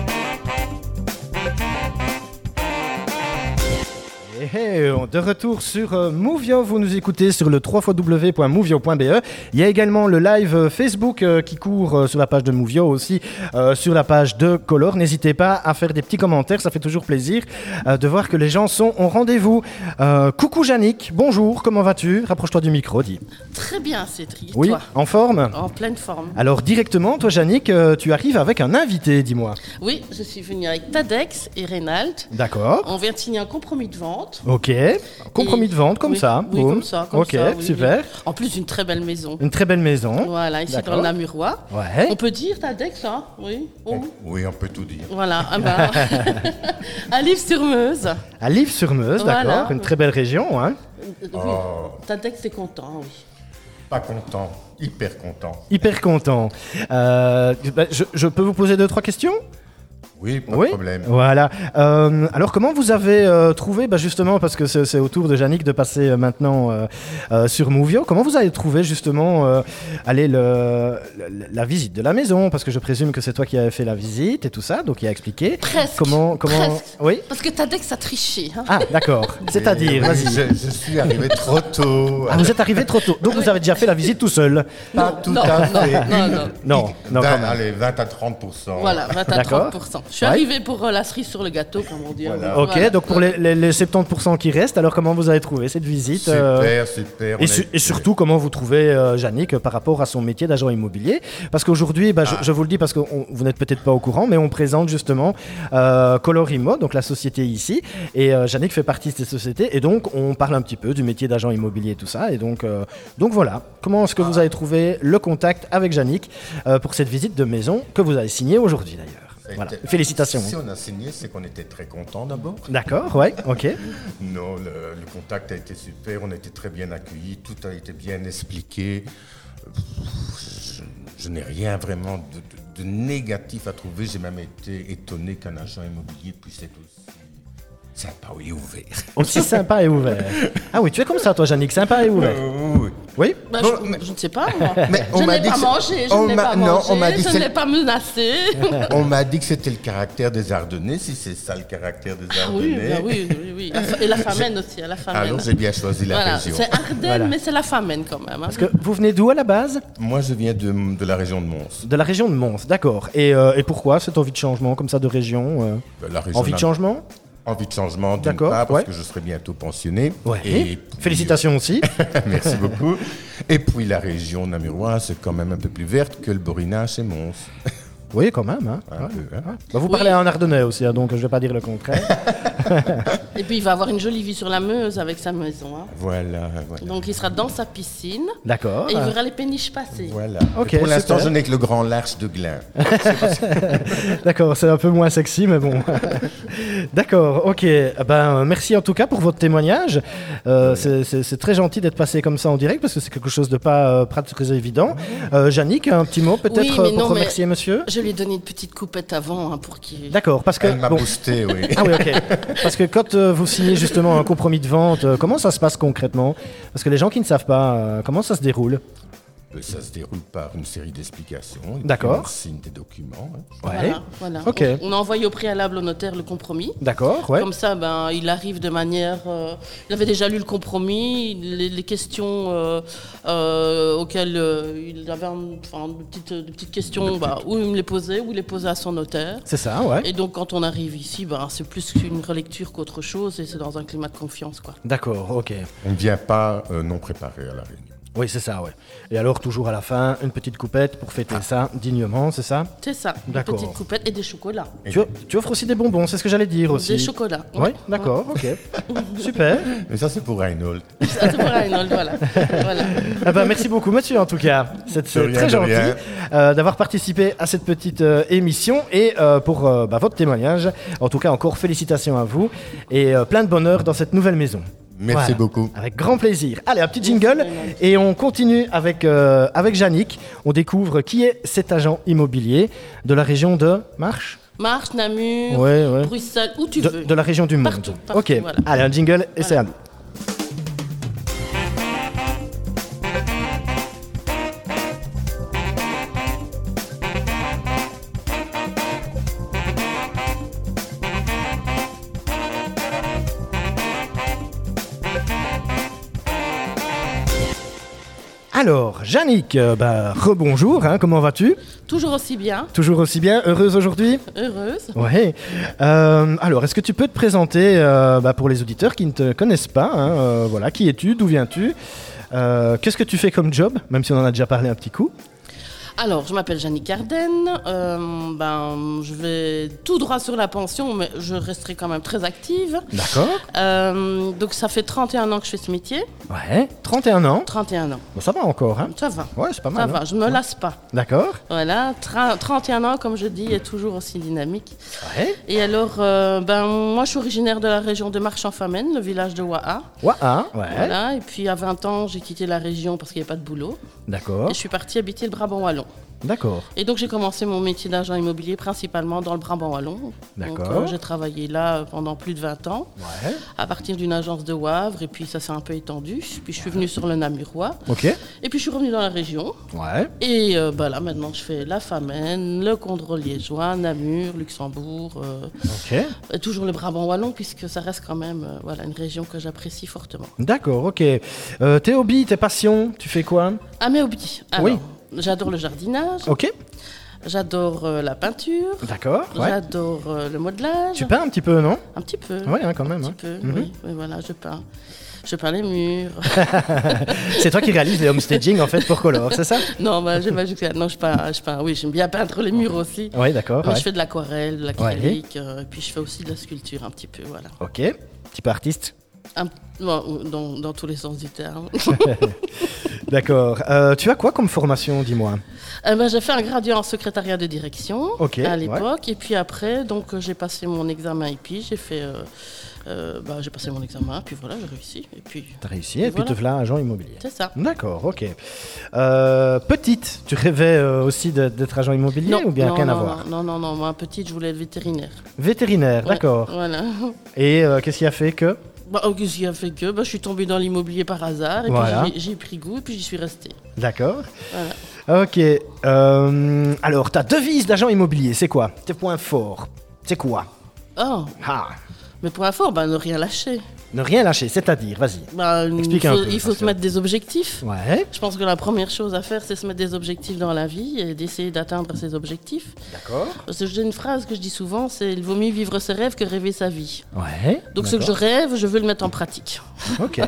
hey, Eh, de retour sur euh, Movio, vous nous écoutez sur le www.movio.be. Il y a également le live euh, Facebook euh, qui court euh, sur la page de Movio aussi, euh, sur la page de Color. N'hésitez pas à faire des petits commentaires, ça fait toujours plaisir euh, de voir que les gens sont au rendez-vous. Euh, coucou Yannick, bonjour, comment vas-tu Rapproche-toi du micro, dis. Très bien, Cédric. Oui, Toi, en forme en pleine forme. alors directement, toi Yannick, euh, tu arrives avec un invité, dis-moi. Oui, je suis venue avec Tadex et Reynald. D'accord. On vient de signer un compromis de vente. Ok. Compromis Et- de vente, comme Oui, ça. Oui, boum. comme ça. comme ok, ça, oui, super. oui. En plus d'une très belle maison. Une très belle maison. Voilà, ici dans D'accord. le Namurois. Ouais. On peut dire Tadex, hein Oui. Oh. Oui, on peut tout dire. Voilà, ah bah. à Livre-sur-Meuse. À Livre-sur-Meuse, Voilà. d'accord. Une très belle région, hein. Euh, Oui, Oh. Tadex est content, oui. Pas content, hyper content. Hyper content. Euh, bah, je, je peux vous poser deux, trois questions Oui, pas Oui. de problème. Voilà. Euh, alors, comment vous avez euh, trouvé, bah, justement, parce que c'est c'est au tour de Yannick de passer euh, maintenant euh, euh, sur Movio, comment vous avez trouvé, justement, euh, allez, le, le- la visite de la maison Parce que je présume que c'est toi qui avais fait la visite et tout ça, donc il a expliqué. Presque, Comment, comment... presque. Oui Parce que Tadex a triché. hein. Ah, d'accord. C'est-à-dire, Et- vas-y. Je, je suis arrivé trop tôt. Ah, vous êtes arrivé trop tôt, donc vous avez déjà fait la visite tout seul. Pas Non, tout non, à non, fait. non, non. Non, non, quand 20, même. allez, 20 à 30 Voilà, 20 à D'accord. 30%. Je suis Ouais. arrivée pour euh, la cerise sur le gâteau, comme on dit. hein. Voilà. Ok, Voilà. donc pour les, les- les 70% qui restent, alors comment vous avez trouvé cette visite euh, Super, super. on et, a su- été- et surtout, comment vous trouvez euh, Yannick euh, par rapport à son métier d'agent immobilier Parce qu'aujourd'hui, bah, je, Ah. je vous le dis parce que on- vous n'êtes peut-être pas au courant, mais on présente justement euh, Colorimo, donc la société ici. Et euh, Yannick fait partie de cette société. Et donc, on parle un petit peu du métier d'agent immobilier et tout ça. Et donc, euh, donc voilà. Comment est-ce que Ah. vous avez trouvé le contact avec Yannick euh, pour cette visite de maison que vous avez signée aujourd'hui d'ailleurs Voilà. C'était- Félicitations. Si on a signé, c'est qu'on était très content d'abord. D'accord, ouais, ok. Non, le, le contact a été super, on a été très bien accueillis, tout a été bien expliqué. Je, je n'ai rien vraiment de, de- de négatif à trouver, j'ai même été étonné qu'un agent immobilier puisse être aussi sympa et ouvert. Aussi sympa et ouvert. Ah oui, tu es comme ça, toi, Yannick, sympa et ouvert. Oui. Oui Bah, Bon, je, mais- je ne sais pas, moi. Mais on je m'a n'ai dit pas que- mangé, je on n'ai m'a- pas non, mangé, on m'a dit je c'est- ne l'ai pas menacé. On m'a dit que c'était le caractère des Ardennais, si c'est ça le caractère des oui, Ardennais. bah oui, oui, oui. La fa- Et la famine aussi, hein, la famine. Alors j'ai bien choisi la voilà, région. c'est Ardennes, Voilà. mais c'est la famine quand même. hein. Parce que vous venez d'où à la base Moi je viens de, de la région de Mons. De la région de Mons, d'accord. Et, euh, et pourquoi cette envie de changement comme ça de région, euh La région Envie de n'a- changement Envie de changement, d'une D'accord, part, parce ouais. que je serai bientôt pensionné. Ouais. Eh, Et puis, Félicitations aussi. Merci beaucoup. Et puis la région namuroise, c'est quand même un peu plus verte que le Borinage et Mons. oui, quand même. hein. Un peu, hein. Bah, vous Oui. parlez à un Ardennais aussi, hein, donc je ne vais pas dire le contraire. Et puis il va avoir une jolie vie sur la Meuse avec sa maison. hein. Voilà, voilà. Donc il sera dans sa piscine D'accord. et il verra les péniches passer. voilà. Ok, Et pour l'instant, super. je n'ai que le grand large de Glin. D'accord, c'est un peu moins sexy, mais bon. D'accord, ok. Ah Ben, euh, merci en tout cas pour votre témoignage. Euh, c'est- C'est c'est très gentil d'être passé comme ça en direct parce que c'est quelque chose de pas euh, pas très évident. Euh, Yannick, un petit mot peut-être Oui, mais euh, pour non, mais- remercier monsieur Je lui ai donné une petite coupette avant hein, pour qu'il. D'accord, parce que. Elle m'a bon. boosté, oui. Ah oui, ok. Parce que quand euh, vous signez justement un compromis de vente, euh, comment ça se passe concrètement Parce que les gens qui ne savent pas, euh, comment ça se déroule Euh, Ça se déroule par une série d'explications. Et D'accord. puis On signe des documents. hein. Ouais. Voilà, voilà. Ok. On, on a envoyé au préalable au notaire le compromis. D'accord, ouais. Comme ça, ben, il arrive de manière. euh, il avait déjà lu le compromis, les, les questions euh, euh, auxquelles euh, il avait un- enfin, des petites, des petites questions, bah, où il me les posait, où il les posait à son notaire. C'est ça, ouais. Et donc, quand on arrive ici, ben, c'est plus qu'une relecture qu'autre chose, et c'est dans un climat de confiance, quoi. D'accord, ok. On ne vient pas euh, non préparé à la réunion. Oui, c'est ça, ouais. Et alors, toujours à la fin, une petite coupette pour fêter ça dignement, c'est ça C'est ça. Une D'accord. petite coupette et des chocolats. tu, tu offres aussi des bonbons, c'est ce que j'allais dire aussi. Des chocolats. Oui, d'accord, ok. Super. Mais ça, c'est pour Reinhold. Ça, c'est pour Reinhold, voilà. voilà. Ah bah, merci beaucoup, monsieur, en tout cas. C'est c'est De rien, très de gentil rien. euh, d'avoir participé à cette petite euh, émission et euh, pour euh, bah, votre témoignage. En tout cas, encore félicitations à vous et euh, plein de bonheur dans cette nouvelle maison. Merci Voilà. beaucoup. Avec grand plaisir. Allez, un petit jingle et on continue avec, euh, avec Yannick. On découvre qui est cet agent immobilier de la région de Marche Marche, Namur, Ouais, ouais. Bruxelles, où tu de, veux. de la région du monde. Partout, partout, ok, voilà. allez, un jingle et c'est à nous. Alors, Yannick, euh, bah, rebonjour, hein, comment vas-tu Toujours aussi bien, Toujours aussi bien, heureuse aujourd'hui heureuse. Ouais. Euh, alors, est-ce que tu peux te présenter euh, bah, pour les auditeurs qui ne te connaissent pas hein, euh, Voilà, qui es-tu D'où viens-tu Euh, Qu'est-ce que tu fais comme job Même si on en a déjà parlé un petit coup. Alors, je m'appelle Janine Carden. euh, ben, je vais tout droit sur la pension, mais je resterai quand même très active. D'accord. Euh, donc, ça fait 31 ans que je fais ce métier. Ouais. 31 ans. 31 ans. Bon, ça va encore. Hein Ça va. ouais, c'est pas Ça mal. hein. va, je ne me lasse pas. D'accord. Voilà, tra- 31 ans, comme je dis, est toujours aussi dynamique. Ouais. Et alors, euh, ben, moi, je suis originaire de la région de Marchand-Famène, le village de Waha. Ouah, ah. ouais. Voilà, et puis à 20 ans, j'ai quitté la région parce qu'il n'y avait pas de boulot. D'accord. Et je suis partie habiter le Brabant-Wallon. D'accord. Et donc, j'ai commencé mon métier d'agent immobilier principalement dans le Brabant-Wallon. Donc, D'accord. euh, j'ai travaillé là pendant plus de 20 ans, Ouais. à partir d'une agence de Wavre, et puis ça s'est un peu étendu. Puis je suis venue sur le Namurois, Ok. et puis je suis revenue dans la région. Ouais. Et euh, bah là, maintenant, je fais la Famenne, le Condrôle liégeois, Namur, Luxembourg, euh, Ok. et toujours le Brabant wallon, puisque ça reste quand même euh, voilà, une région que j'apprécie fortement. D'accord, ok. Euh, tes hobbies, tes passions, tu fais quoi Ah, mais oublie. Alors, Oui. J'adore le jardinage, Ok. j'adore euh, la peinture, D'accord. Ouais. j'adore euh, le modelage. Tu peins un petit peu, non Un petit peu. Ouais, hein, quand même. Un hein. petit peu, oui. Mais voilà, je peins. Je peins les murs. C'est toi qui réalises les homestaging en fait pour Color, c'est ça non, bah, j'ai pas jusqu'à- Non, je peins, je peins. Oui, j'aime bien peindre les murs aussi. Oui, d'accord. Moi, ouais. Je fais de l'aquarelle, de l'acrylique, euh, et puis je fais aussi de la sculpture un petit peu, voilà. Ok, petit peu artiste. Un- bon, dans, dans tous les sens du terme. D'accord. Euh, tu as quoi comme formation, dis-moi Euh, ben, j'ai fait un graduat en secrétariat de direction Ok, à l'époque. Et puis après, donc, euh, j'ai passé mon examen IP. J'ai fait, euh, euh, bah, j'ai passé mon examen. Puis voilà, j'ai réussi. Et puis, T'as réussi, et puis Voilà. te voilà agent immobilier. c'est ça. D'accord, ok. Euh, petite, tu rêvais euh, aussi de- d'être agent immobilier ou bien non, rien à non, voir Non, non, non. Moi, petite, je voulais être vétérinaire. Vétérinaire, Ouais, d'accord. Voilà. Et euh, qu'est-ce qui a fait que Bah, oh, qu'est-ce qui a fait que bah, je suis tombée dans l'immobilier par hasard. Et Voilà. puis, j'y ai- j'ai pris goût. Et puis, j'y suis restée. D'accord. Voilà. Ok. euh, alors, ta devise d'agent immobilier, c'est quoi Tes points forts, c'est quoi Oh, Ah, mais pour info, bah, ne rien lâcher. ne rien lâcher, c'est-à-dire, vas-y. Bah, il Explique un faut, peu, il faut parce que- se mettre des objectifs. Ouais, Je pense que la première chose à faire, c'est se mettre des objectifs dans la vie et d'essayer d'atteindre ses objectifs. d'accord. Parce que J'ai une phrase que je dis souvent, c'est il vaut mieux vivre ses rêves que rêver sa vie. Ouais. Donc ce que je rêve, je veux le mettre en pratique. d'accord. Ok,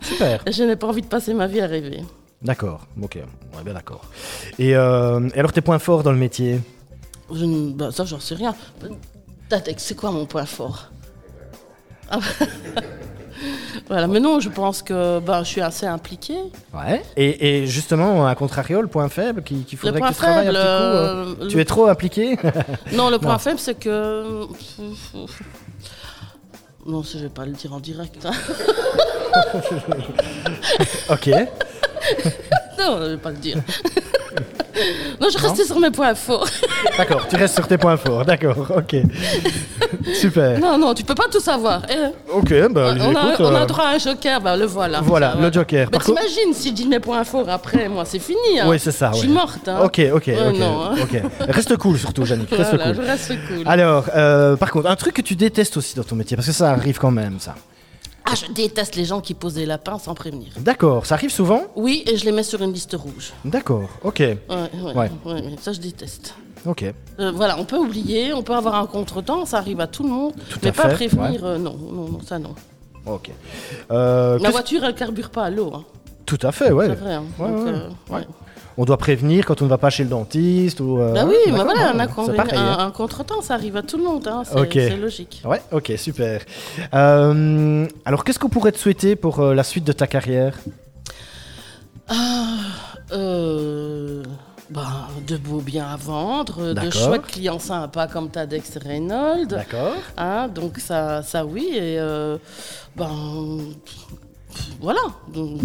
super. Je n'ai pas envie de passer ma vie à rêver. D'accord, ok, on est bien d'accord. Et, euh, et alors tes points forts dans le métier Je ne- bah, ça, j'en sais rien. Tatek, c'est quoi mon point fort Ah bah. Voilà, mais non, je pense que bah, je suis assez impliquée. Ouais. Et, et justement, à contrario, le point faible qui- qu'il faudrait que point tu travailles faible, un petit euh, coup. euh, le- Tu es trop impliqué Non, le point faible, c'est que. Non, ça, je vais pas le dire en direct. hein. Ok, Non, je vais pas le dire. non, je restais sur mes points forts. d'accord, tu restes sur tes points forts, d'accord, ok. Super. non, non, tu peux pas tout savoir. Eh, Ok, bah on, a, écoute, on a euh, droit à un joker, bah le voilà. Voilà, Ça, le joker. Mais Par contre- t'imagines, si je dis mes points forts après, moi, c'est fini. hein. Oui, c'est ça. Je suis ouais. morte. hein. Ok, ok, Ouais, ok. non, hein. ok. Reste cool surtout, Yannick, reste Voilà, cool. je reste cool. Alors, euh, par contre, un truc que tu détestes aussi dans ton métier, parce que ça arrive quand même, ça. Ah, je déteste les gens qui posent des lapins sans prévenir. D'accord, ça arrive souvent Oui, et je les mets sur une liste rouge. D'accord, ok, Ouais, ouais, Ouais. ouais, mais ça, je déteste. ok. Euh, voilà, on peut oublier, on peut avoir un contretemps, ça arrive à tout le monde. Tout mais à pas fait, prévenir, euh, non, non, non, ça non. Ok. Euh, La qu'est-ce- voiture, elle carbure pas à l'eau. hein. Tout à fait, ouais. C'est vrai. hein. Ouais, Donc, ouais, euh, ouais. On doit prévenir quand on ne va pas chez le dentiste ou. euh, Bah oui, ouais, mais d'accord, voilà, ouais, un, C'est inconvénient- pareil. hein. un, un contretemps, ça arrive à tout le monde, hein, c'est Ok. c'est logique. Ouais, ok, super. Euh, alors, qu'est-ce qu'on pourrait te souhaiter pour euh, la suite de ta carrière Euh, bah, de beaux biens à vendre, euh, de D'accord. chouettes clients sympas comme Tadex Reynolds. D'accord. Hein, donc ça, ça oui, et euh, ben, voilà. Donc,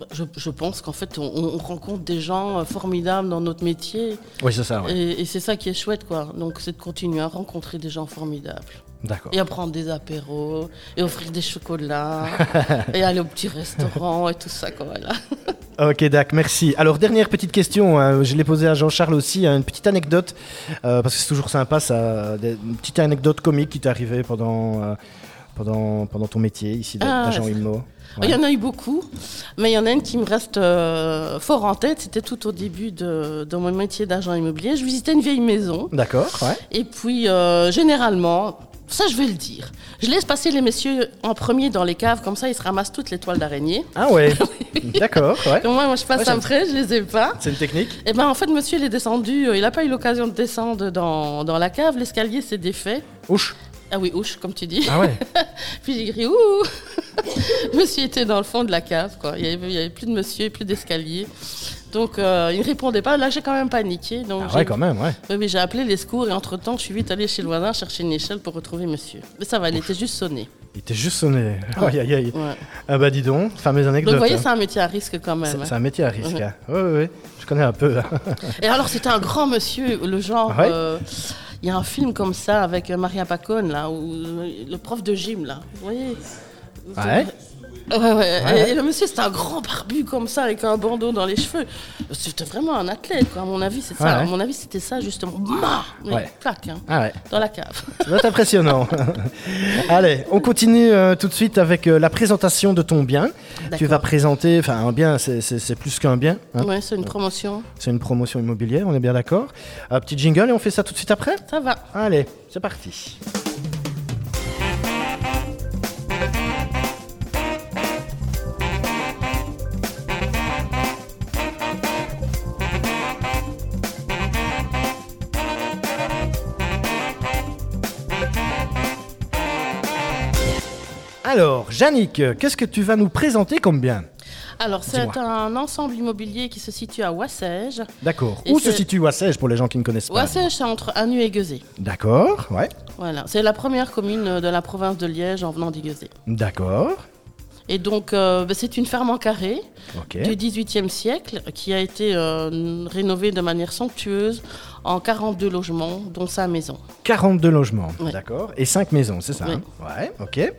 bah, je, je pense qu'en fait, on, on rencontre des gens euh, formidables dans notre métier, Oui, c'est ça, ouais. et, et c'est ça qui est chouette, quoi. Donc c'est de continuer à rencontrer des gens formidables. D'accord. Et à prendre des apéros, et offrir des chocolats, et aller au petit restaurant, et tout ça, quoi, voilà. Ok, Dac, merci. Alors, dernière petite question, hein, je l'ai posée à Jean-Charles aussi, hein, une petite anecdote, euh, parce que c'est toujours sympa, ça, des- une petite anecdote comique qui t'est arrivée pendant, euh, pendant, pendant ton métier ici d'a- Ah, d'agent c'est- IMO Il y en a eu beaucoup, mais il y en a une qui me reste euh, fort en tête. C'était tout au début de, de mon métier d'agent immobilier. Je visitais une vieille maison. D'accord, ouais. Et puis, euh, généralement, ça je vais le dire, je laisse passer les messieurs en premier dans les caves, comme ça ils se ramassent toutes les toiles d'araignée. Ah ouais, d'accord, ouais. Et moi, moi je Ouais, passe j'aime. après, je les ai pas. C'est une technique Et ben en fait, monsieur, il est descendu, euh, il n'a pas eu l'occasion de descendre dans, dans la cave, l'escalier s'est défait. Ouch Ah oui, ouche, comme tu dis. Ah ouais Puis j'ai crié, ouh Monsieur était dans le fond de la cave, quoi. Il n'y avait, il y avait plus de monsieur, plus d'escalier. Donc, euh, il ne répondait pas. Là, j'ai quand même paniqué. Donc Ah j'ai- ouais, quand même, ouais. Oui, oui, j'ai appelé les secours et entre-temps, je suis vite allée chez le voisin chercher une échelle pour retrouver monsieur. Mais ça va, elle était juste sonnée. Il était juste sonné. Aïe, aïe, aïe. Ouais. Ah bah dis donc, fameuse Donc, anecdote. vous voyez, hein. c'est un métier à risque quand même. C'est- hein. c'est un métier à risque. hein. Ouais, ouais, ouais. Je connais un peu. hein. Et alors, c'était un grand monsieur, le genre. Ah Ouais. euh, Il y a un film comme ça avec euh, Maria Pacone, là, où euh, le prof de gym, là. Vous voyez Ah Ouais. Ah Ouais, ouais. ouais. Et, et le monsieur, c'était un grand barbu comme ça, avec un bandeau dans les cheveux. C'était vraiment un athlète, quoi. À mon avis, c'est ça. Ouais, ouais. À mon avis, c'était ça, justement. Bah Mais Ouais. claque, hein, Ah ouais. Dans la cave. Ça doit être impressionnant. Allez, on continue euh, tout de suite avec euh, la présentation de ton bien. Tu D'accord. Oh. vas présenter, enfin un bien, c'est- c'est c'est plus qu'un bien. hein. Ouais, c'est une promotion. C'est une promotion immobilière, on est bien d'accord. Un petit jingle et on fait ça tout de suite après Ça va. Allez, c'est parti. Alors, Yannick, qu'est-ce que tu vas nous présenter comme bien Alors, c'est Dis-moi. un ensemble immobilier qui se situe à Wassège. D'accord. Et Où se c'est- situe Wassège pour les gens qui ne connaissent pas Wassège, c'est entre Anu et Guezé. D'accord, ouais. Voilà. C'est la première commune de la province de Liège en venant d'Iguezé. D'accord. Et donc, euh, bah, c'est une ferme en carré Ok. du XVIIIe siècle qui a été euh, rénovée de manière somptueuse en 42 logements, dont sa maison. 42 logements, Ouais. d'accord, et 5 maisons, c'est ça Oui. hein Ouais, ok.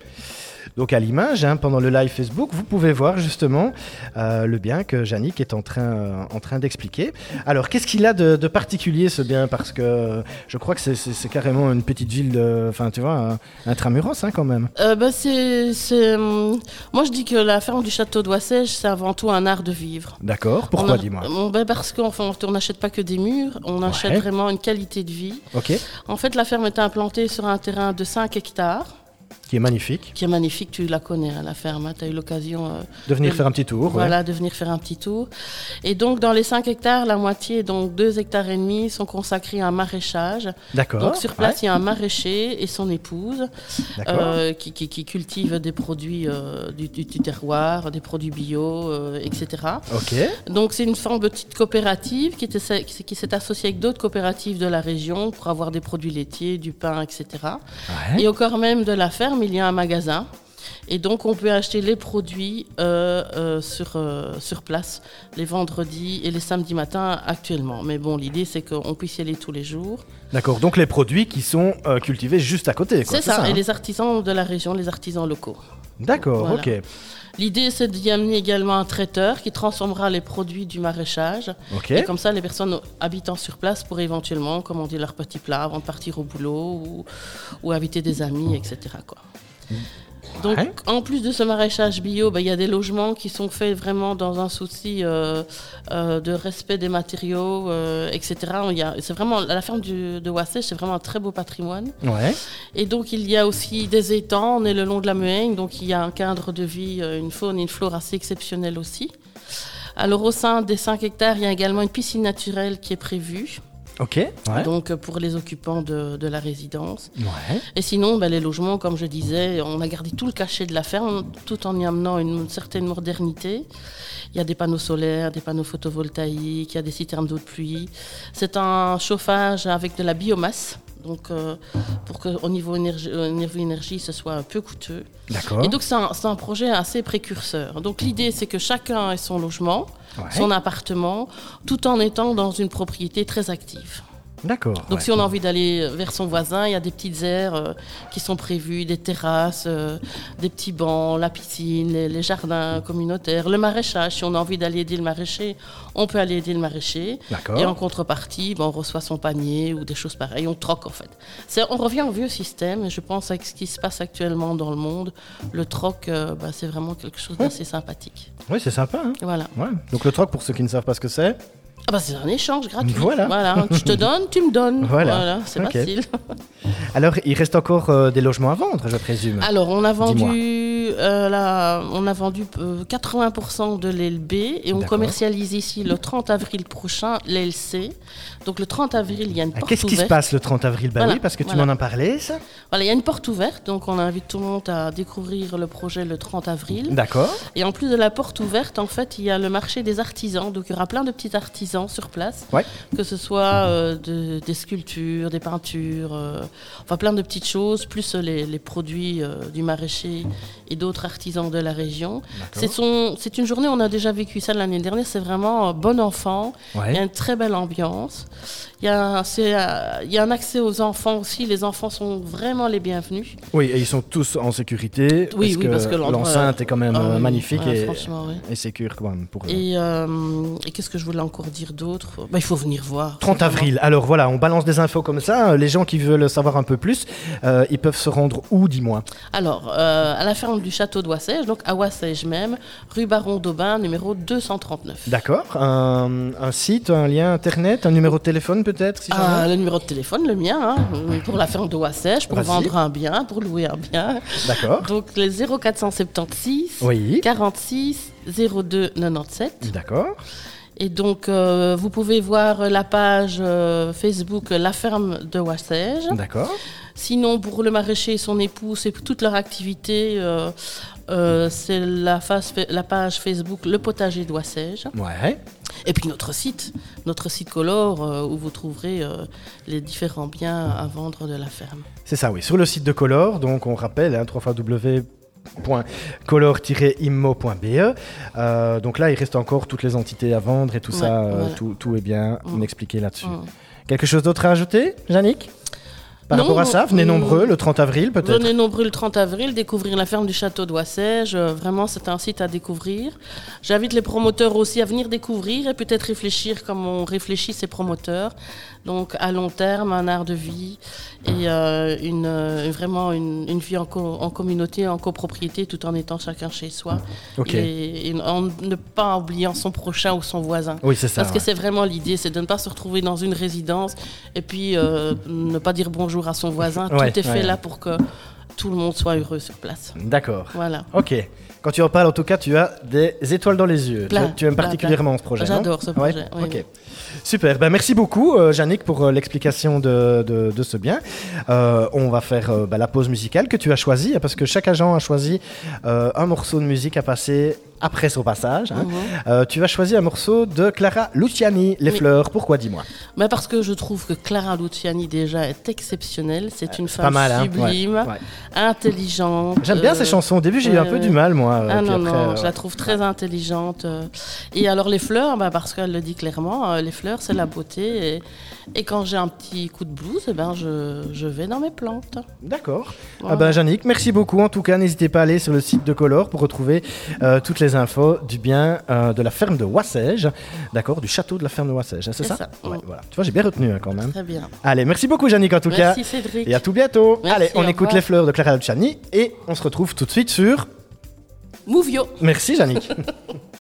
Donc à l'image, hein, pendant le live Facebook, vous pouvez voir justement euh, le bien que Yannick est en train, euh, en train d'expliquer. Alors qu'est-ce qu'il a de, de particulier ce bien Parce que euh, je crois que c'est- c'est c'est carrément une petite ville, de- enfin tu vois, un intramuros hein, quand même. Euh, bah, c'est, c'est, hum, moi, je dis que la ferme du château d'Oissège, c'est avant tout un art de vivre. D'accord, pourquoi On a- dis-moi Bon, bah, Parce qu'enfin, on n'achète pas que des murs, on achète Ouais. vraiment une qualité de vie. Ok, En fait, la ferme est implantée sur un terrain de 5 hectares, qui est magnifique. qui est magnifique, tu la connais, hein, la ferme. Tu as eu l'occasion euh, De venir Et- faire un petit tour. ouais. voilà, de venir faire un petit tour. Et donc, dans les 5 hectares, la moitié, donc 2 hectares et demi, sont consacrés à un maraîchage. D'accord. donc, sur place, il y a un maraîcher et son épouse ouais, d'accord. euh, qui, qui, qui cultivent des produits euh, du, du- du terroir, des produits bio, euh, etc. Ok, Donc, c'est une forme de petite coopérative qui, était- qui s'est associée avec d'autres coopératives de la région pour avoir des produits laitiers, du pain, etc. ouais. Et au corps même de la ferme, il y a un magasin. Et donc, on peut acheter les produits euh, euh, sur, euh, sur place les vendredis et les samedis matins actuellement. Mais bon, l'idée, c'est qu'on puisse y aller tous les jours. d'accord. Donc les produits qui sont euh, cultivés juste à côté. quoi, C'est ça, et hein les artisans de la région, les artisans locaux. D'accord, Voilà. ok. L'idée, c'est d'y amener également un traiteur qui transformera les produits du maraîchage. Ok. Et comme ça, les personnes habitant sur place pourraient éventuellement commander leurs petits plats avant de partir au boulot ou, ou inviter des amis, etc. Quoi. Donc, Ouais. en plus de ce maraîchage bio, bah, il y a des logements qui sont faits vraiment dans un souci euh, euh, de respect des matériaux, euh, etc. Il y a- C'est vraiment la ferme du- de Wassé, c'est vraiment un très beau patrimoine. Ouais. Et donc, il y a aussi des étangs, on est le long de la Meuhaigne, donc il y a un cadre de vie, euh, une faune et une flore assez exceptionnelle aussi. Alors, au sein des 5 hectares, il y a également une piscine naturelle qui est prévue, Ok. Ouais. donc euh, pour les occupants de, de la résidence. Ouais. Et sinon, ben, les logements, comme je disais, on a gardé tout le cachet de la ferme, tout en y amenant une certaine modernité. Il y a des panneaux solaires, des panneaux photovoltaïques, il y a des citernes d'eau de pluie. C'est un chauffage avec de la biomasse, donc euh, pour qu'au niveau énergie, au niveau énergie, ce soit peu coûteux. D'accord. Et donc, c'est un, c'est un projet assez précurseur. Donc, l'idée, c'est que chacun ait son logement, Ouais. son appartement, tout en étant dans une propriété très active. D'accord. Donc ouais. si on a envie d'aller euh, vers son voisin, il y a des petites aires euh, qui sont prévues, des terrasses, euh, des petits bancs, la piscine, les, les jardins communautaires, le maraîchage. Si on a envie d'aller aider le maraîcher, on peut aller aider le maraîcher. D'accord. Et en contrepartie, ben, on reçoit son panier ou des choses pareilles. On troque en fait. C'est- on revient au vieux système. Et je pense avec ce qui se passe actuellement dans le monde, le troc, euh, ben, c'est vraiment quelque chose d'assez sympathique. Oui, c'est sympa. hein. Voilà. Ouais. Donc le troc, pour ceux qui ne savent pas ce que c'est, Ah ben, c'est un échange gratuit. Voilà. Je te donne, tu me donnes. Voilà. c'est Ok. facile. alors il reste encore euh, des logements à vendre, je présume. Alors, on a Dis-moi. vendu, euh, la- on a vendu euh, 80% de l'LB et on D'accord. commercialise ici le 30 avril prochain l'LC. Donc, le 30 avril, il y a une Ah, porte Qu'est-ce qui ouverte. se passe le 30 avril Bah Voilà, oui, parce que tu voilà. m'en as parlé, ça. Voilà, il y a une porte ouverte, donc on invite tout le monde à découvrir le projet le 30 avril. D'accord. Et en plus de la porte ouverte, en fait, il y a le marché des artisans. Donc, il y aura plein de petits artisans sur place, Ouais. que ce soit euh, de- des sculptures, des peintures, euh, enfin plein de petites choses, plus euh, les, les produits euh, du maraîcher et d'autres artisans de la région. C'est son- c'est une journée, on a déjà vécu ça l'année dernière, c'est vraiment euh, bon enfant. Il y a Ouais. une très belle ambiance. Il y, a, un- c'est, euh, il y a un accès aux enfants aussi. Les enfants sont vraiment les bienvenus. Oui, et ils sont tous en sécurité. Oui, oui, parce que l'endroit- l'enceinte est quand même Ah euh, oui, magnifique ouais, et, franchement, oui. et sécure quand même pour. Et, euh, et qu'est-ce que je voulais encore dire d'autre Bah, Il faut venir voir. 30 avril. Alors voilà, on balance des infos comme ça. Les gens qui veulent savoir un peu plus, euh, ils peuvent se rendre où, dis-moi Alors, euh, à la ferme du château d'Oissège, donc à Oissège même, rue Baron d'Aubin, numéro 239. D'accord. Un, un site, un lien internet, un numéro de téléphone peut-être si j'en ai Ah, le numéro de téléphone, le mien, hein, pour la ferme de Oissège, pour Vas-y. vendre un bien, pour louer un bien. D'accord. Donc, les 0476 Oui. 46 02 97. D'accord. Et donc, euh, vous pouvez voir la page euh, Facebook La Ferme de Oissège. D'accord. Sinon, pour le maraîcher et son époux, c'est toute leur activité. euh, euh, c'est la, face- la page Facebook Le potager d'Oissège. Ouais. Et puis notre site, notre site Color, euh, où vous trouverez euh, les différents biens à vendre de la ferme. C'est ça, oui. Sur le site de Color, donc on rappelle, hein, www.color-immo.be. Euh, donc là, il reste encore toutes les entités à vendre et tout Ouais, ça, euh, voilà. tout, tout est bien Mm. expliqué là-dessus. Mm. Quelque chose d'autre à ajouter, Yannick Par Non, rapport à non, ça, venez non. nombreux le 30 avril peut-être. Venez nombreux le 30 avril découvrir la ferme du château d'Oissège. Euh, Vraiment, c'est un site à découvrir. J'invite les promoteurs aussi à venir découvrir et peut-être réfléchir comme on réfléchit ces promoteurs. Donc, à long terme, un art de vie et euh, une, euh, vraiment une, une vie en, co- en communauté, en copropriété, tout en étant chacun chez soi. Ok. Et, et en ne pas oubliant son prochain ou son voisin. Oui, c'est ça. Parce ouais. que c'est vraiment l'idée, c'est de ne pas se retrouver dans une résidence et puis euh, ne pas dire bonjour à son voisin. Ouais, tout est fait ouais. là pour que tout le monde soit heureux sur place. D'accord. Voilà. Ok. Quand tu en parles, en tout cas, tu as des étoiles dans les yeux. Tu- Plein, tu, aimes plein, particulièrement ce projet. non J'adore ce Ouais projet, oui, Ok. oui. Super. Ben, merci beaucoup, euh, Yannick, pour euh, l'explication de, de- de ce bien. Euh, on va faire euh, ben, la pause musicale que tu as choisie, hein, parce que chaque agent a choisi euh, un morceau de musique à passer après son passage. Mm. hein. Mhm. Euh, tu as choisi un morceau de Clara Luciani, Les Oui. Fleurs. Pourquoi, dis-moi Mais parce que je trouve que Clara Luciani déjà est exceptionnelle, c'est une Pas femme mal, hein sublime, Ouais, ouais. intelligente. J'aime bien euh, ces chansons. Au début, j'ai eu ouais, un peu ouais. du mal, moi. euh, Ah puis non, après, non, euh, je la trouve très intelligente. euh. Et alors les fleurs, bah, parce qu'elle le dit clairement, euh, les fleurs c'est la beauté. Et, et quand j'ai un petit coup de blues, eh ben, je, je vais dans mes plantes. D'accord. Voilà. Ah ben, Yannick, merci beaucoup. En tout cas, n'hésitez pas à aller sur le site de Color pour retrouver euh, toutes les infos du bien euh, de la ferme de Wassège. D'accord, du château de la ferme de Wassège, hein, c'est C'est ça, ça, Ouais, oui. voilà. Tu vois, j'ai bien retenu hein, quand même. Très bien. Allez, merci beaucoup, Yannick, en tout Merci cas. Cédric. Et à tout bientôt. Merci, Allez, on au écoute revoir. les fleurs de Clara Luciani et on se retrouve tout de suite sur. Mouvio. Merci, Yannick.